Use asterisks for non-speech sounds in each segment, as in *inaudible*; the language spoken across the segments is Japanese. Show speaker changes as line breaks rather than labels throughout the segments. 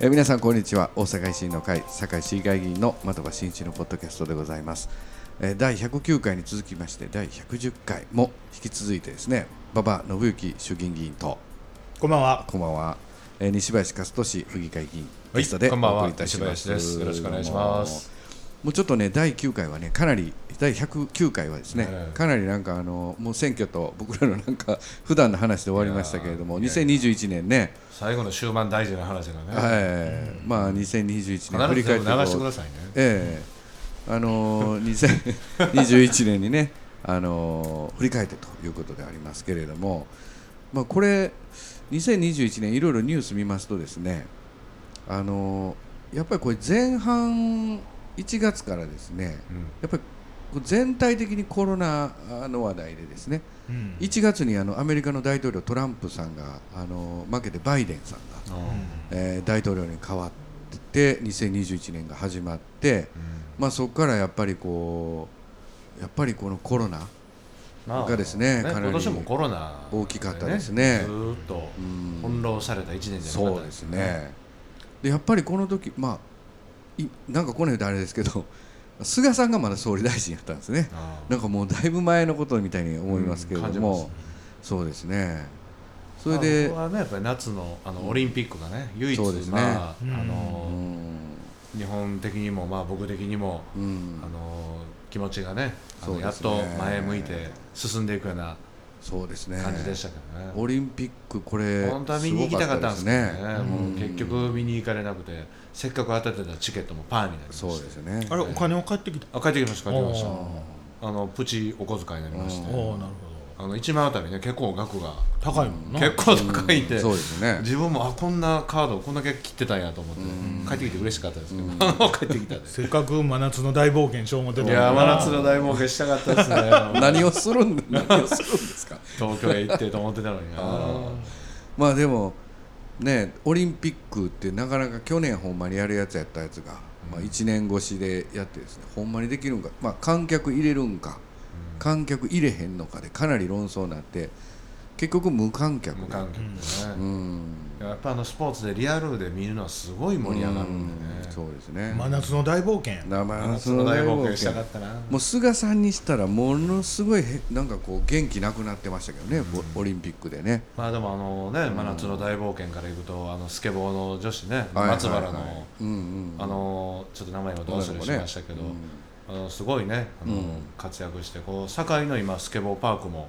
えー皆さんこんにちは大阪維新の会堺市議会議員の的場真一のポッドキャストでございます、えー第109回に続きまして第110回も引き続いてですね馬場伸之衆議院議員と
こんばんは。
こんばんは、えー西林勝利府議会議員
はい
ゲストでお
こんばんは
送りいたします
西林ですよろしくお願いします
もうちょっとね第9回はねかなり第109回はですね、
ええ
かなりなんかあのもう選挙と僕らのなんか *laughs* 普段の話で終わりましたけれども2021年ね、
最後の終盤大事な話がね、
はい、まあ2021年振
必ず
り返って
全
こ
部
う
流してくださいね
ええあのー2021年にね、あのー振り返ってということでありますけれども、まあ、これ、2021年、いろいろニュース見ますとですね、あのーやっぱりこれ、前半1月からですね、
うん
やっぱりこう全体的にコロナの話題でですね、
うん
1月にあのアメリカの大統領、トランプさんが、あのー負けてバイデンさんが。
うん
えー大統領に代わって2021年が始まって、まあ、そこからやっぱりこうやっぱりこのコロナ、
ま
がですねかなり
今年もコロナ、
大きかったですね
ずーっと
うん
翻弄された一年じゃなか
そ
った
うですねでやっぱりこの時、まあ、いなんかこの言うとあれですけど菅さんがまだ総理大臣やったんですね
あー
なんかもうだいぶ前のことみたいに思いますけれど
うん感じます
も、そうですねそれで、
まあ僕はねやっぱり夏のあのオリンピックがね、唯一
そうですね
まああ
う
の
ん
日本的にもまあ僕的にも
うん
あの気持ちがね、あ
そう
の
で
やっ
すね
と前向いて進んでいくような
そうですね
感じでしたけどね。
オリンピックこれ
本当は見に行きたかったんですけどね
すごかったです
もう
うん
結局見に行かれなくてせっかく当ててたチケットもパーになりました
そうですね
あれ、お金を返ってきた。
あ帰ってきました帰ってきました
お
あのプチお小遣いになりまして
う
お
ん
おー、なる
あの1万あたりね結構額が
ほど。高いもんな。
結構高いんで
そうですね
自分もあこんなカードこんだけ切ってたんやと思って帰ってきて嬉しかったですけどあの *laughs* 帰ってきたで
せっかく真夏の大冒険賞も出
い
てるから
や真夏の大儲けしたかったですね
*laughs* 何をするん何をするんですか
東京へ行ってと思ってたのにな
まあでもねオリンピックってなかなか去年ほんまにやるやつやったやつが、まあ、1年越しでやってですねほんまにできるんか、まあ、観客入れるんか観客入れへんのかでかなり論争になって結局無観客
無観客でね
うん
やっぱあのスポーツでリアルで見るのはすごい盛り上がるんでね
うんそうですね
真夏の大冒険。
真
夏
夏
の
の
大
大
冒
冒
険した
険
かったな
もう菅さんにしたらものすごいへなんかこう元気なくなってましたけどね、オリンピックでね
まあでもあのね真夏の大冒険からいくとあのスケボーの女子ね松原
はいはいはい
の
うんうん
あのちょっと名前をどうするしましたけど
うん
あのすごいねあの
うん
活躍してこう堺の今スケボーパークも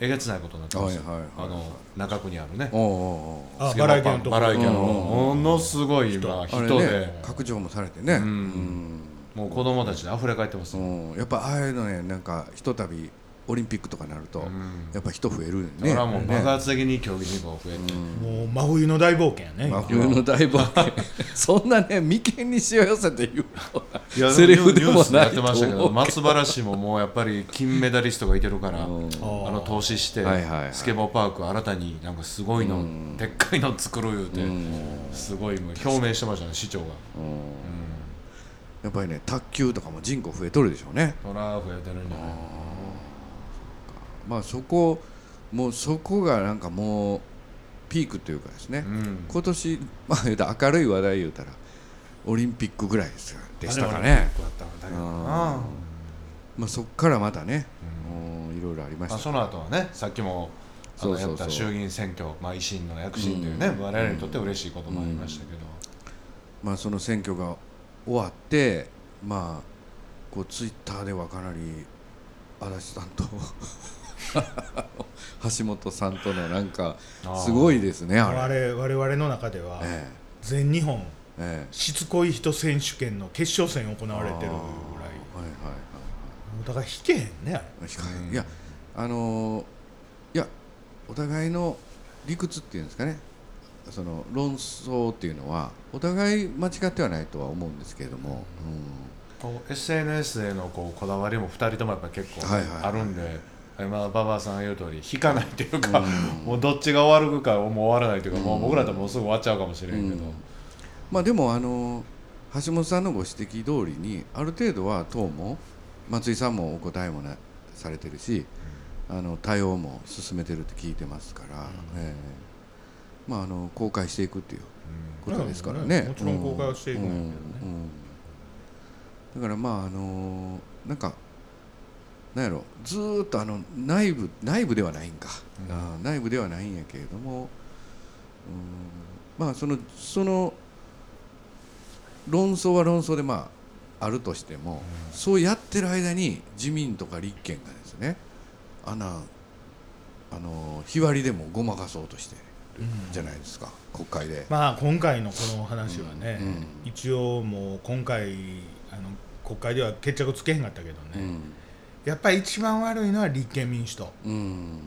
えげつないことになってますよ
はいはいはいはい
あの中区にあるね
おうおうおう
あ
スケボー
バラエ
パ
テ
ー
ィの
ク
と
バ
こ
ラエ
ろ
ティのものすごい今
あれ
人で
ね拡張もされてね、うん
もう子供たちで溢れ返ってますよ
んうんやっぱああいうのねなんかひとたびオリンピックとかになると、
ん
やっぱ人増えるよ
だ
ね
からもう
ね
爆発的に競技人口が増えて
もう真冬の大冒険やね。
真冬の大冒険そんなね眉間にしわ寄せて言うよう
いや
なセリフで
ニュ
も
ースに
な
や
い
っ
と
て
思
ま
う
したけど
け
松原氏ももうやっぱり金メダリストがいてるから、
あー
あの投資して、
はいはいはい
スケボーパーク新たになんかすごいの、でっかいの作ろう言うて、すごいもう表明してましたね市長が、
どうん
うん、
やっぱりね卓球とかも人口増えとるでしょうね
トラフやってるんじゃない
まあそこもうそこがなんかもうピークというかですね、
うん
今年まあ言うたら明るい話題言うたらオリンピックぐらいですよでしたかね
だったんだけどな
あまあそこからまたね、うんいろいろありまし
まあ、
た
その後はねさっきもあ
そう
の
そうそう
やった衆議院選挙、まあ、維新の躍進というね、
うん
我々にとっては嬉しいこともありましたけど、
まあその選挙が終わってまあこうツイッターではかなり足立さんと橋本さんとのなんか
あー
すごいですねあれ。
我々我々の中では、
え
全日本
えええ
しつこい人選手権の決勝戦行われ
あーはい
てるぐらい。
はいはい
もうだから引けへんね。あれ
控え
うん
いやあのーいやお互いの理屈っていうんですかねその論争っていうのはお互い間違ってはないとは思うんですけれども、
こう SNS へのこうこだわりも2人ともやっぱ結構
はいはいはい
あるんで、今馬場さんが言う通り引かないというか、 *laughs* もうどっちが終わるかはもう終わらないというか、もう僕らともうすぐ終わっちゃうかもしれんけど、
うんまあでもあのー橋本さんのご指摘通りにある程度は党も松井さんもお答えもなされてるし、あの対応も進めてるって聞いてますから、ええまあ、あの公開していくっていうことですから
な
ね。
るほどねもちろん公開はしていくんやけどね
うんうんだからまああのーなんかなんやろずーっとあの内部内部ではないんか、
うん
あー内部ではないんやけれども、うん、まあそのその論争は論争でまああるとしても、そうやってる間に自民とか立憲がですねあんなあのー日割りでもごまかそうとしてるじゃないですか、国会で。
まあ今回のこの話はね、
うん
一応もう今回あの国会では決着つけへんかったけどね、
うん
やっぱり一番悪いのは立憲民主党
うん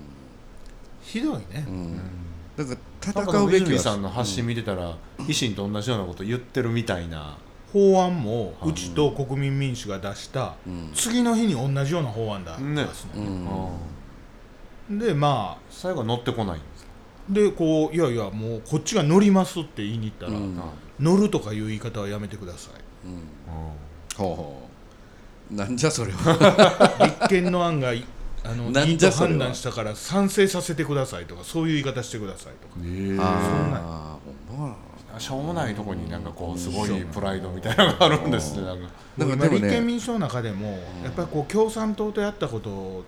ひどいね、
うんだから
なん
戦
か
うべき
泉
は
さんの発信見てたら、維新と同じようなこと言ってるみたいな、
法案もうちと国民民主が出した
うん
次の日に同じような法案だ出
ね
す
う
の、
ん
うん
でまあ
最後は乗ってこないんですか、
でこういやいやもうこっちが乗りますって言いに行ったら、
うん
乗るとかいう言い方はやめてくださ
*laughs*
い
うん
うん
ほうほうなんじゃそれは
立憲の案がいあの
ないん
い
じ
と
ゃそれは
判断したから賛成させてくださいとかそういう言い方してくださいとか
え
ああほんまや
しょうもないとこになんかこうすごいプライドみたいなのがあるんですねなんか
だから
もう今
でもね
立憲民主党の中でも、やっぱりこう共産党とやったことを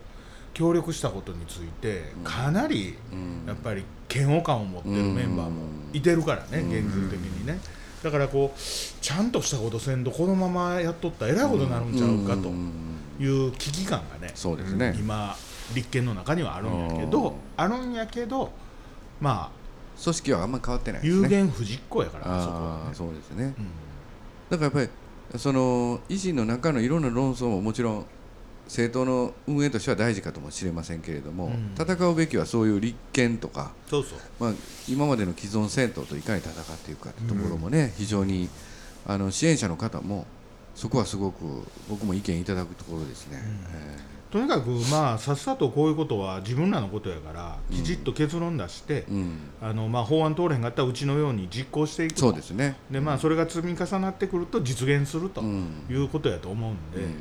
協力したことについてかなり
うん
やっぱり嫌悪感を持ってるメンバーもいてるからね、現実的にね。だからこうちゃんとしたことせんとこのままやっとったらえらいことになるんちゃうかと
うん
いう危機感がね、
そうですね
今立憲の中にはあるんやけどあるんやけどま
組織はあんま変わってな
あ
いです
有
ね
言不実行やからそこは
ああ
ね。
そうですね
うん
だからやっぱりその維新の中のいろんな論争ももちろん政党の運営としては大事かともしれませんけれども、
うん
戦うべきはそういう立憲とか、
そうそう
まあ、今までの既存政党といかに戦っていくかというところもね、非常にあの支援者の方もそこはすごく僕も意見いただくところですね。え
とにかくまあさっさとこういうことは自分らのことやからきちっと結論出して
え、うん、
あのまあ法案通れへんかったらうちのように実行していくと
そうですね。
でまあそれが積み重なってくると実現すると
うん
いうことやと思うんで、
うん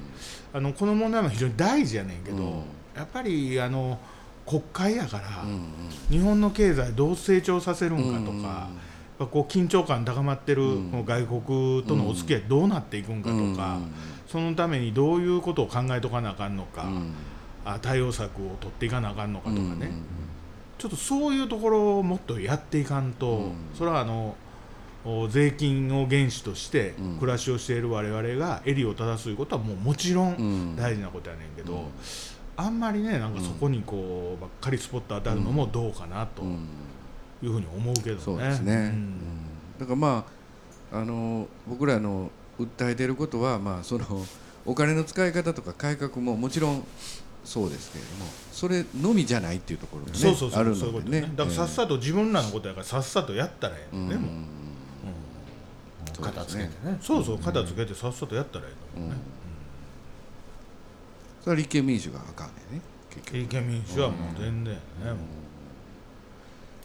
あのこの問題も非常に大事やねんけど、
うん
やっぱりあの国会やから、
うん
日本の経済どう成長させる
うん
んかとか、やっぱこう緊張感高まってる、
うん
この外国とのお付き合いどうなっていくんかとか、そのためにどういうことを考えとかなあかんのか、
うん
あ対応策を取っていかなあかんのかとかね、
うん
ちょっとそういうところをもっとやっていかんと、
うん
それはあのお税金を原資として
うん
暮らしをしている我々が襟を正すということはもうもちろ
うんん
大事なことやねんけど、
うん
あんまりねなんかそこにこうばっかりスポット当たるのもどうかなと
うん
いうふうに思うけどね。
そうですね、
うん
うんだからまああの僕らの訴えていることは、まあ、そのお金の使い方とか改革ももちろんそうですけれどもそれのみじゃないっていうところが、ね、
そうそうそう
ある
そういう
の
こと
でね
ねだからさっさと自分らのことやからさっさとやったらえ
え
え
え
のね、
うん
も
そ
う
うですね
片付けてね
そうそう片付けてさっさとやったらええのね、
それは立憲民主があかんねんね結局
立憲民主はもう全然やね、もう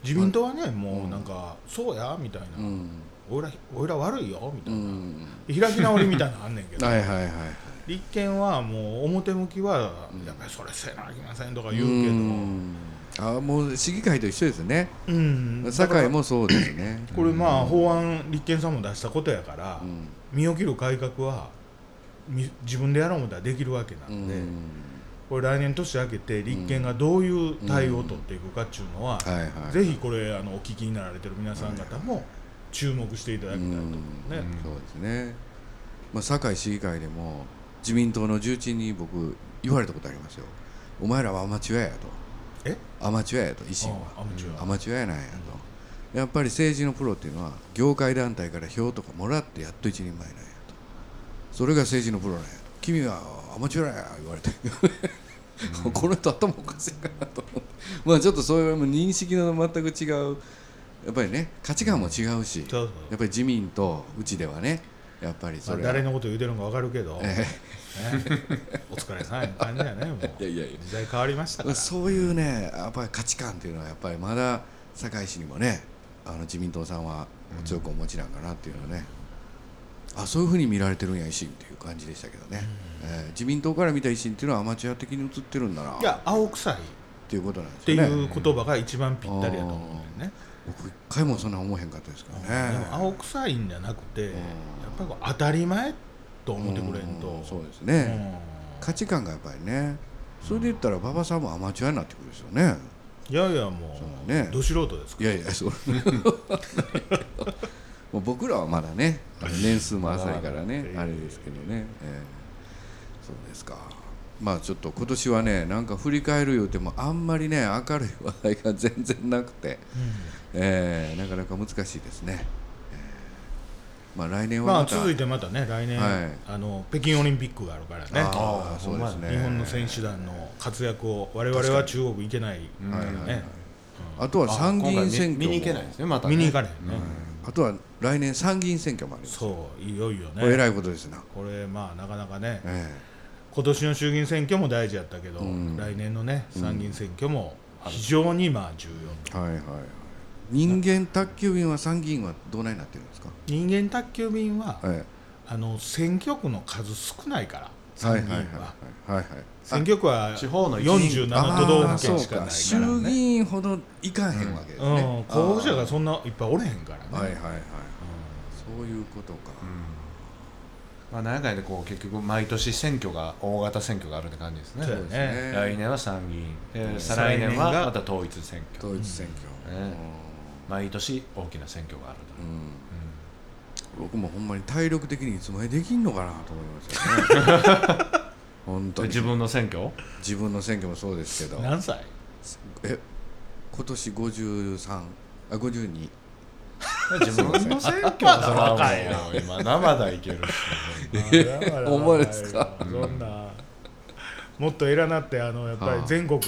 自民党はね、もうなんか、そうやみたいな、
うん
おいらおいら悪いよみた
う
いな、
ん
開き直りみたいなのあんねんけど、
はいはいはいはい
立憲はもう表向きは、やっぱりそれせなあきませんとか言うけど、うん
どあもう市議会と一緒ですね
だから
堺もそうですね
これ、まあ、法案、立憲さんも出したことやから、
うん
身を切る改革は、み自分でやろうもたらできるわけな
うんん
で、これ、来年年明けて、立憲がどういう対応を取っていくかっていうのは、
はいはい
ぜひこれあのお聞きになられてる皆さん方も注目していただきたいと思うね。
うんそうですね、まあ、堺市議会でも自民党の重鎮に僕言われたことありますよお前らはアマチュアやと
え
アマチュアやと維新は
あアマチュア
アマチュアやなんやとやっぱり政治のプロっていうのは業界団体から票とかもらってやっと一人前なんやとそれが政治のプロなんやと君はアマチュアや言われて *laughs* この人頭おかしいかなと思ってまあちょっとそういう認識の全く違うやっぱりね価値観も違うし、
そう
やっぱり自民とうちではね、やっぱり
そ
そうれ
ま
は、
あ誰のこと言うてるのか分かるけど、
え
ねお疲れさんや感じやねもう
*laughs* いやいやいや
時代変わりましたから
そういうね、やっぱり価値観っていうのは、やっぱりまだ堺市にもね、あの自民党さんはお強くお持ちなんかなっていうのはね、あそういうふうに見られてるんや、維新っていう感じでしたけどね、えー自民党から見た維新っていうのはアマチュア的に映ってるんだなっ
いや青臭いって
いうことなんです
て
よね。
いう言葉が一番ぴったりやと思うんだよね
僕一回もそんな思えへんかったですから
で
ね
も青臭いんじゃなくて、
ん
やっぱりこう当たり前と思ってくれんと、
うんそうです
う
ね、
ん
価値観がやっぱりねそれで言ったら馬場さんもアマチュアになってくるんですよね
いやいやも
そう
う、
だね
ど素人ですか
いやいや
*laughs*
そうもう僕らはまだねあの年数も浅いからねあれですけどね、ええそうですかまあちょっと今年はねなんか振り返る言うてもあんまりね明るい話題が全然なくて、ええなかなか難しいですね、ええまあ来年は
まあ
また、
続いてまたね来年、
はい
あの北京オリンピックがあるからね
ああそうですね
日本の選手団の活躍を我々は中国行けないからね、
あとは参議院選挙も
あ今回見見に行けないですねまたね
見に行かれへんね、
あとは来年参議院選挙もあります
そういよいよ
これ
ね
えらいことですな、
これまあなかなかね
え
今年の衆議院選挙も大事やったけど、来年のね参議院選挙も非常にまあ重要、
えはいはいはい人間宅急便は参議院はどないなってるんですか、
人間宅急便は、
ええ
あの選挙区の数少ないから
はい
参
はいはい
議院は、
はいはい
選挙区は
地方の一員
47都道府県しかない
あー
か
そう
ら
か衆議
ね
院ほどいかへんわけですね、
うん、候補者
あ
がそんないっぱいおれへんからね、
ーはいはいはい、そういうことか、
まあ、何回でこう結局毎年選挙が大型選挙があるって感じですね
そうやね
ね
来年は参議院、えー
うん
再来年は
再来年が
また統一選挙
統一選挙、
うんね毎年大きな選挙がある
うんうん僕もほんまに体力的にいつまでできんのかなと思いましたよね
*laughs*
本当
と、
に
自分の選挙
自分の選挙もそうですけど
何歳
え今年53あ52
自分の選挙はそらもう今生だいけるし、
ほんまですか
そんなもっと偉なってあのやっぱり全国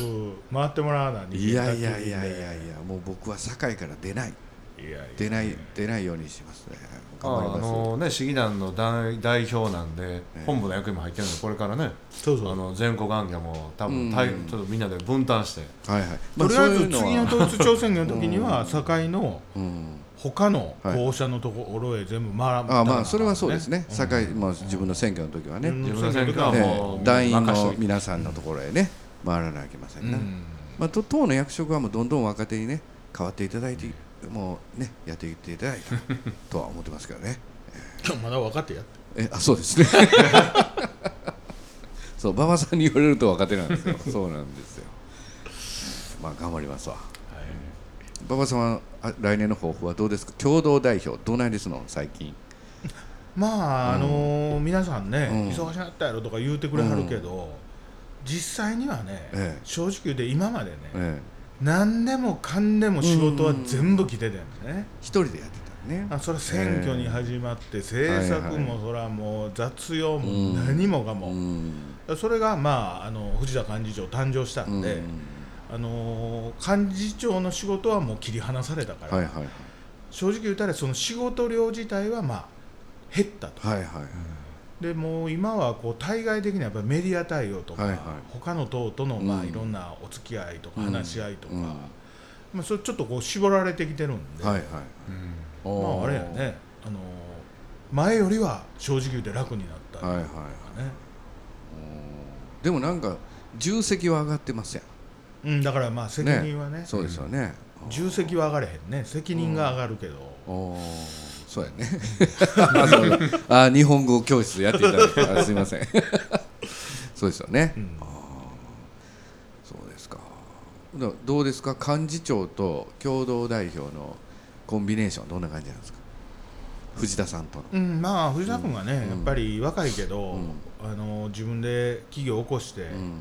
回ってもらわない
いやいやいやいや
い
いやもう僕は堺から出ない
やいや
出ない出ないようにしますね *laughs* 頑張り
あ
ます
のね市議団の代代表なんで、本部の役員も入ってるんでこれからね
そう
あ
そう
の全国案件も多分、
うん
たいちょっとみんなで分担して
はいはい、
とりあえず
そうい
次
うは
の統一地方選挙の時には境の
うん、
他の候補者のところへ全部回った
あまあそれはそうですね
うん
堺、まあ、自分の選挙の時はね、
うん
え
自分の選挙は
え
もう
団員
任しと
の
いて
皆さんのところへね回らなきゃいけませ
うん
な、
ん
まあ、と党の役職はもうどんどん若手にね変わっていただいてもうねやっていっていただいたとは思ってますけどね
今日まだ分かってやって
えあそうですね *laughs* そう馬場さんに言われると若手なん
*laughs*
ですよそうなんですよまあ頑張りますわ馬場さんはあ来年の抱負はどうですか共同代表どうないですの最近
まあ、あのー皆さんね、
うん
忙しなったやろとか言うてくれはるけど、実際にはね、
ええ
正直言うて今までね、
ええ
何でもかんでも仕事は全部来てたよね、
一人でやってたね
あそれは選挙に始まって、政策もそらもう雑用も
うん
何もかも、
うん
それがまああの藤田幹事長誕生したんで、
うん
あのー幹事長の仕事はもう切り離されたから、
はいはい
正直言うたらその仕事量自体はまあ減ったと。
はいはいはい
でもう今はこう対外的にはやっぱりメディア対応とか、
はいはい
他の党とのまあ
うん
いろんなお付き合いとか
うん
話し合いとか、
うん
まあ、それちょっとこう絞られてきてるんで、
はいはいま
まあ、あれやね、あのー前よりは正直言って楽になったと
はいはい
か
はい
ね、
うんでもなんか重責は上がってますやん
うん、だからまあ責任はね
そうですよね、
重責は上がれへんね責任が上がるけど、
おーそうやね *laughs* あそうだあ日本語教室やっていただいてあすいま *laughs* せんそうですよね、
うん
あーそうですかどどうですか幹事長と共同代表のコンビネーションどんな感じなんですか藤田さんとの、
うん、まあ藤田君はね、
うん
やっぱり若いけど、
うん
あのー自分で企業を起こして、
うん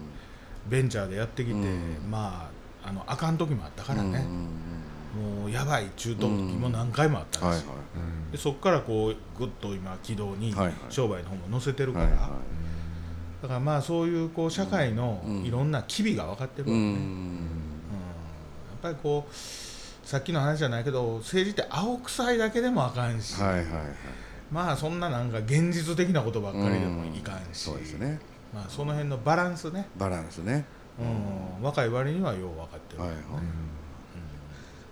ベンチャーでやってきて、
うん
まああのあかん時もあったからね
うん、
もうやばい中途の時も何回もあった
うん
ん
は
で
い
す
はい
よ、でそこからこうぐっと今軌道に
はいはい
商売の方も乗せてるから、
はいは
だからまあそういうこう社会の
うん
いろんな機微が分かってる
い
わ
う
けね、うんや
ん
っぱりこうさっきの話じゃないけど政治って青臭いだけでもあかんし、
はいはいはい
まあそんななんか現実的なことばっかりでもいかんし、
そうですね
まあ、その辺のバランスね、
バランスね
うん、若い割にはよう分かってる、
はいはい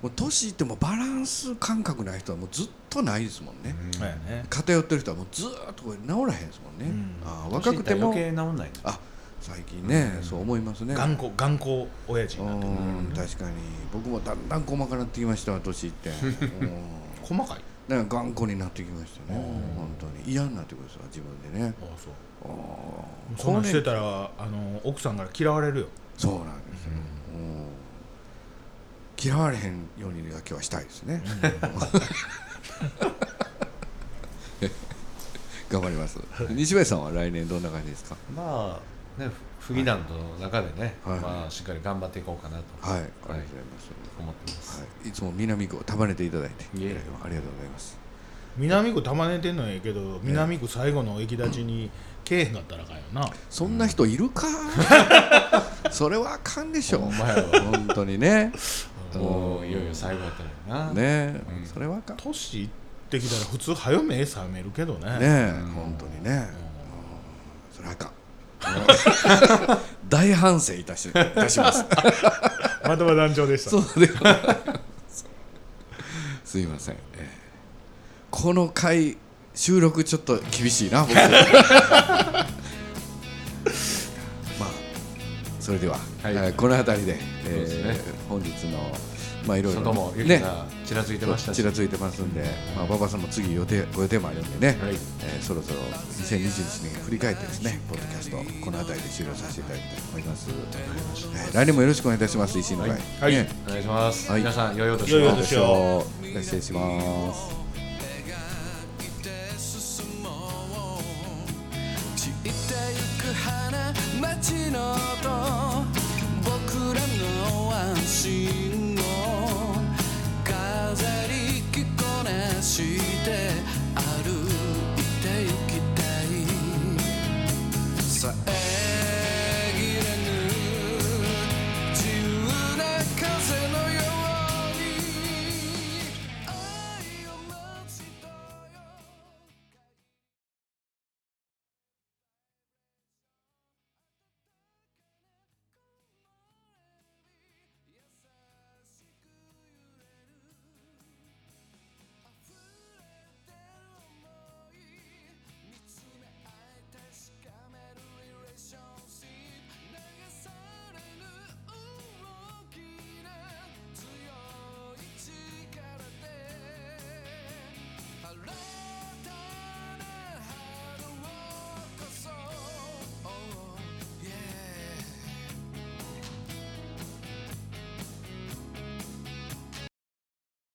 もう年いってもバランス感覚ない人はもうずっとないですもんね、
そうやね
偏ってる人はもうずーっとこれ治らへんですもんね、
うん
あー若くても
治んない
あ最近ね、そう思いますね
頑固頑固親父になってく
う
る
ん確かに僕もだんだん細かなってきましたわ年いって
*laughs*
うん
細かい
なんか頑固になってきましたね本当に嫌になってくるんですよ自分でね
あそ
あ
う
ー
そんなんして
これ
たらあの奥さんから嫌われるよ
そうなんですよ、うん嫌われへんようにだけはしたいですね、頑張り
*laughs*
ます西林さんは来年どんな感じですか
まあね不義難度の中でね、
はい
まあしっかり頑張っていこうかなと
はいありがとうございます、
思ってます、
はい、いつも南区を束ねていただいて
いえいえ
ありがとうございます
南区束ねてんのやけど南区最後の駅立ちにけえへんかったらあかんよな
そんな人いる
*laughs*
かそれはあかんでしょ
ほ
うん
まやわ
本当にね
もういよいよ最後やったのにな、
ね
うん
それはあかんね
年いってきたら普通早め覚めるけどね
ん
本当にねそれはあかん *laughs* 大反省いたしいたします
またま団長でした
そうでございますすいません、えーこの回収録ちょっと厳しいな僕まあそれでは、
はい
えーこの辺りで,、え
そう
ー
ですね
本日のまあいろいろ
外も雪
ね
がちらついてましたし、
ちらついてますんで、まあ、馬場さんも次予定ご予定もあるんでね、
はい
えーそろそろ2021年振り返ってですねポッドキャストこの辺りで終了させていただきたいと思います、えー来年もよろしくお願いいたします石井の会、
はい
はい
ね
お願いします、
はい
皆さん良いお年
良いお
を
年を
私を失礼します
散ってゆく花街の音僕らの安心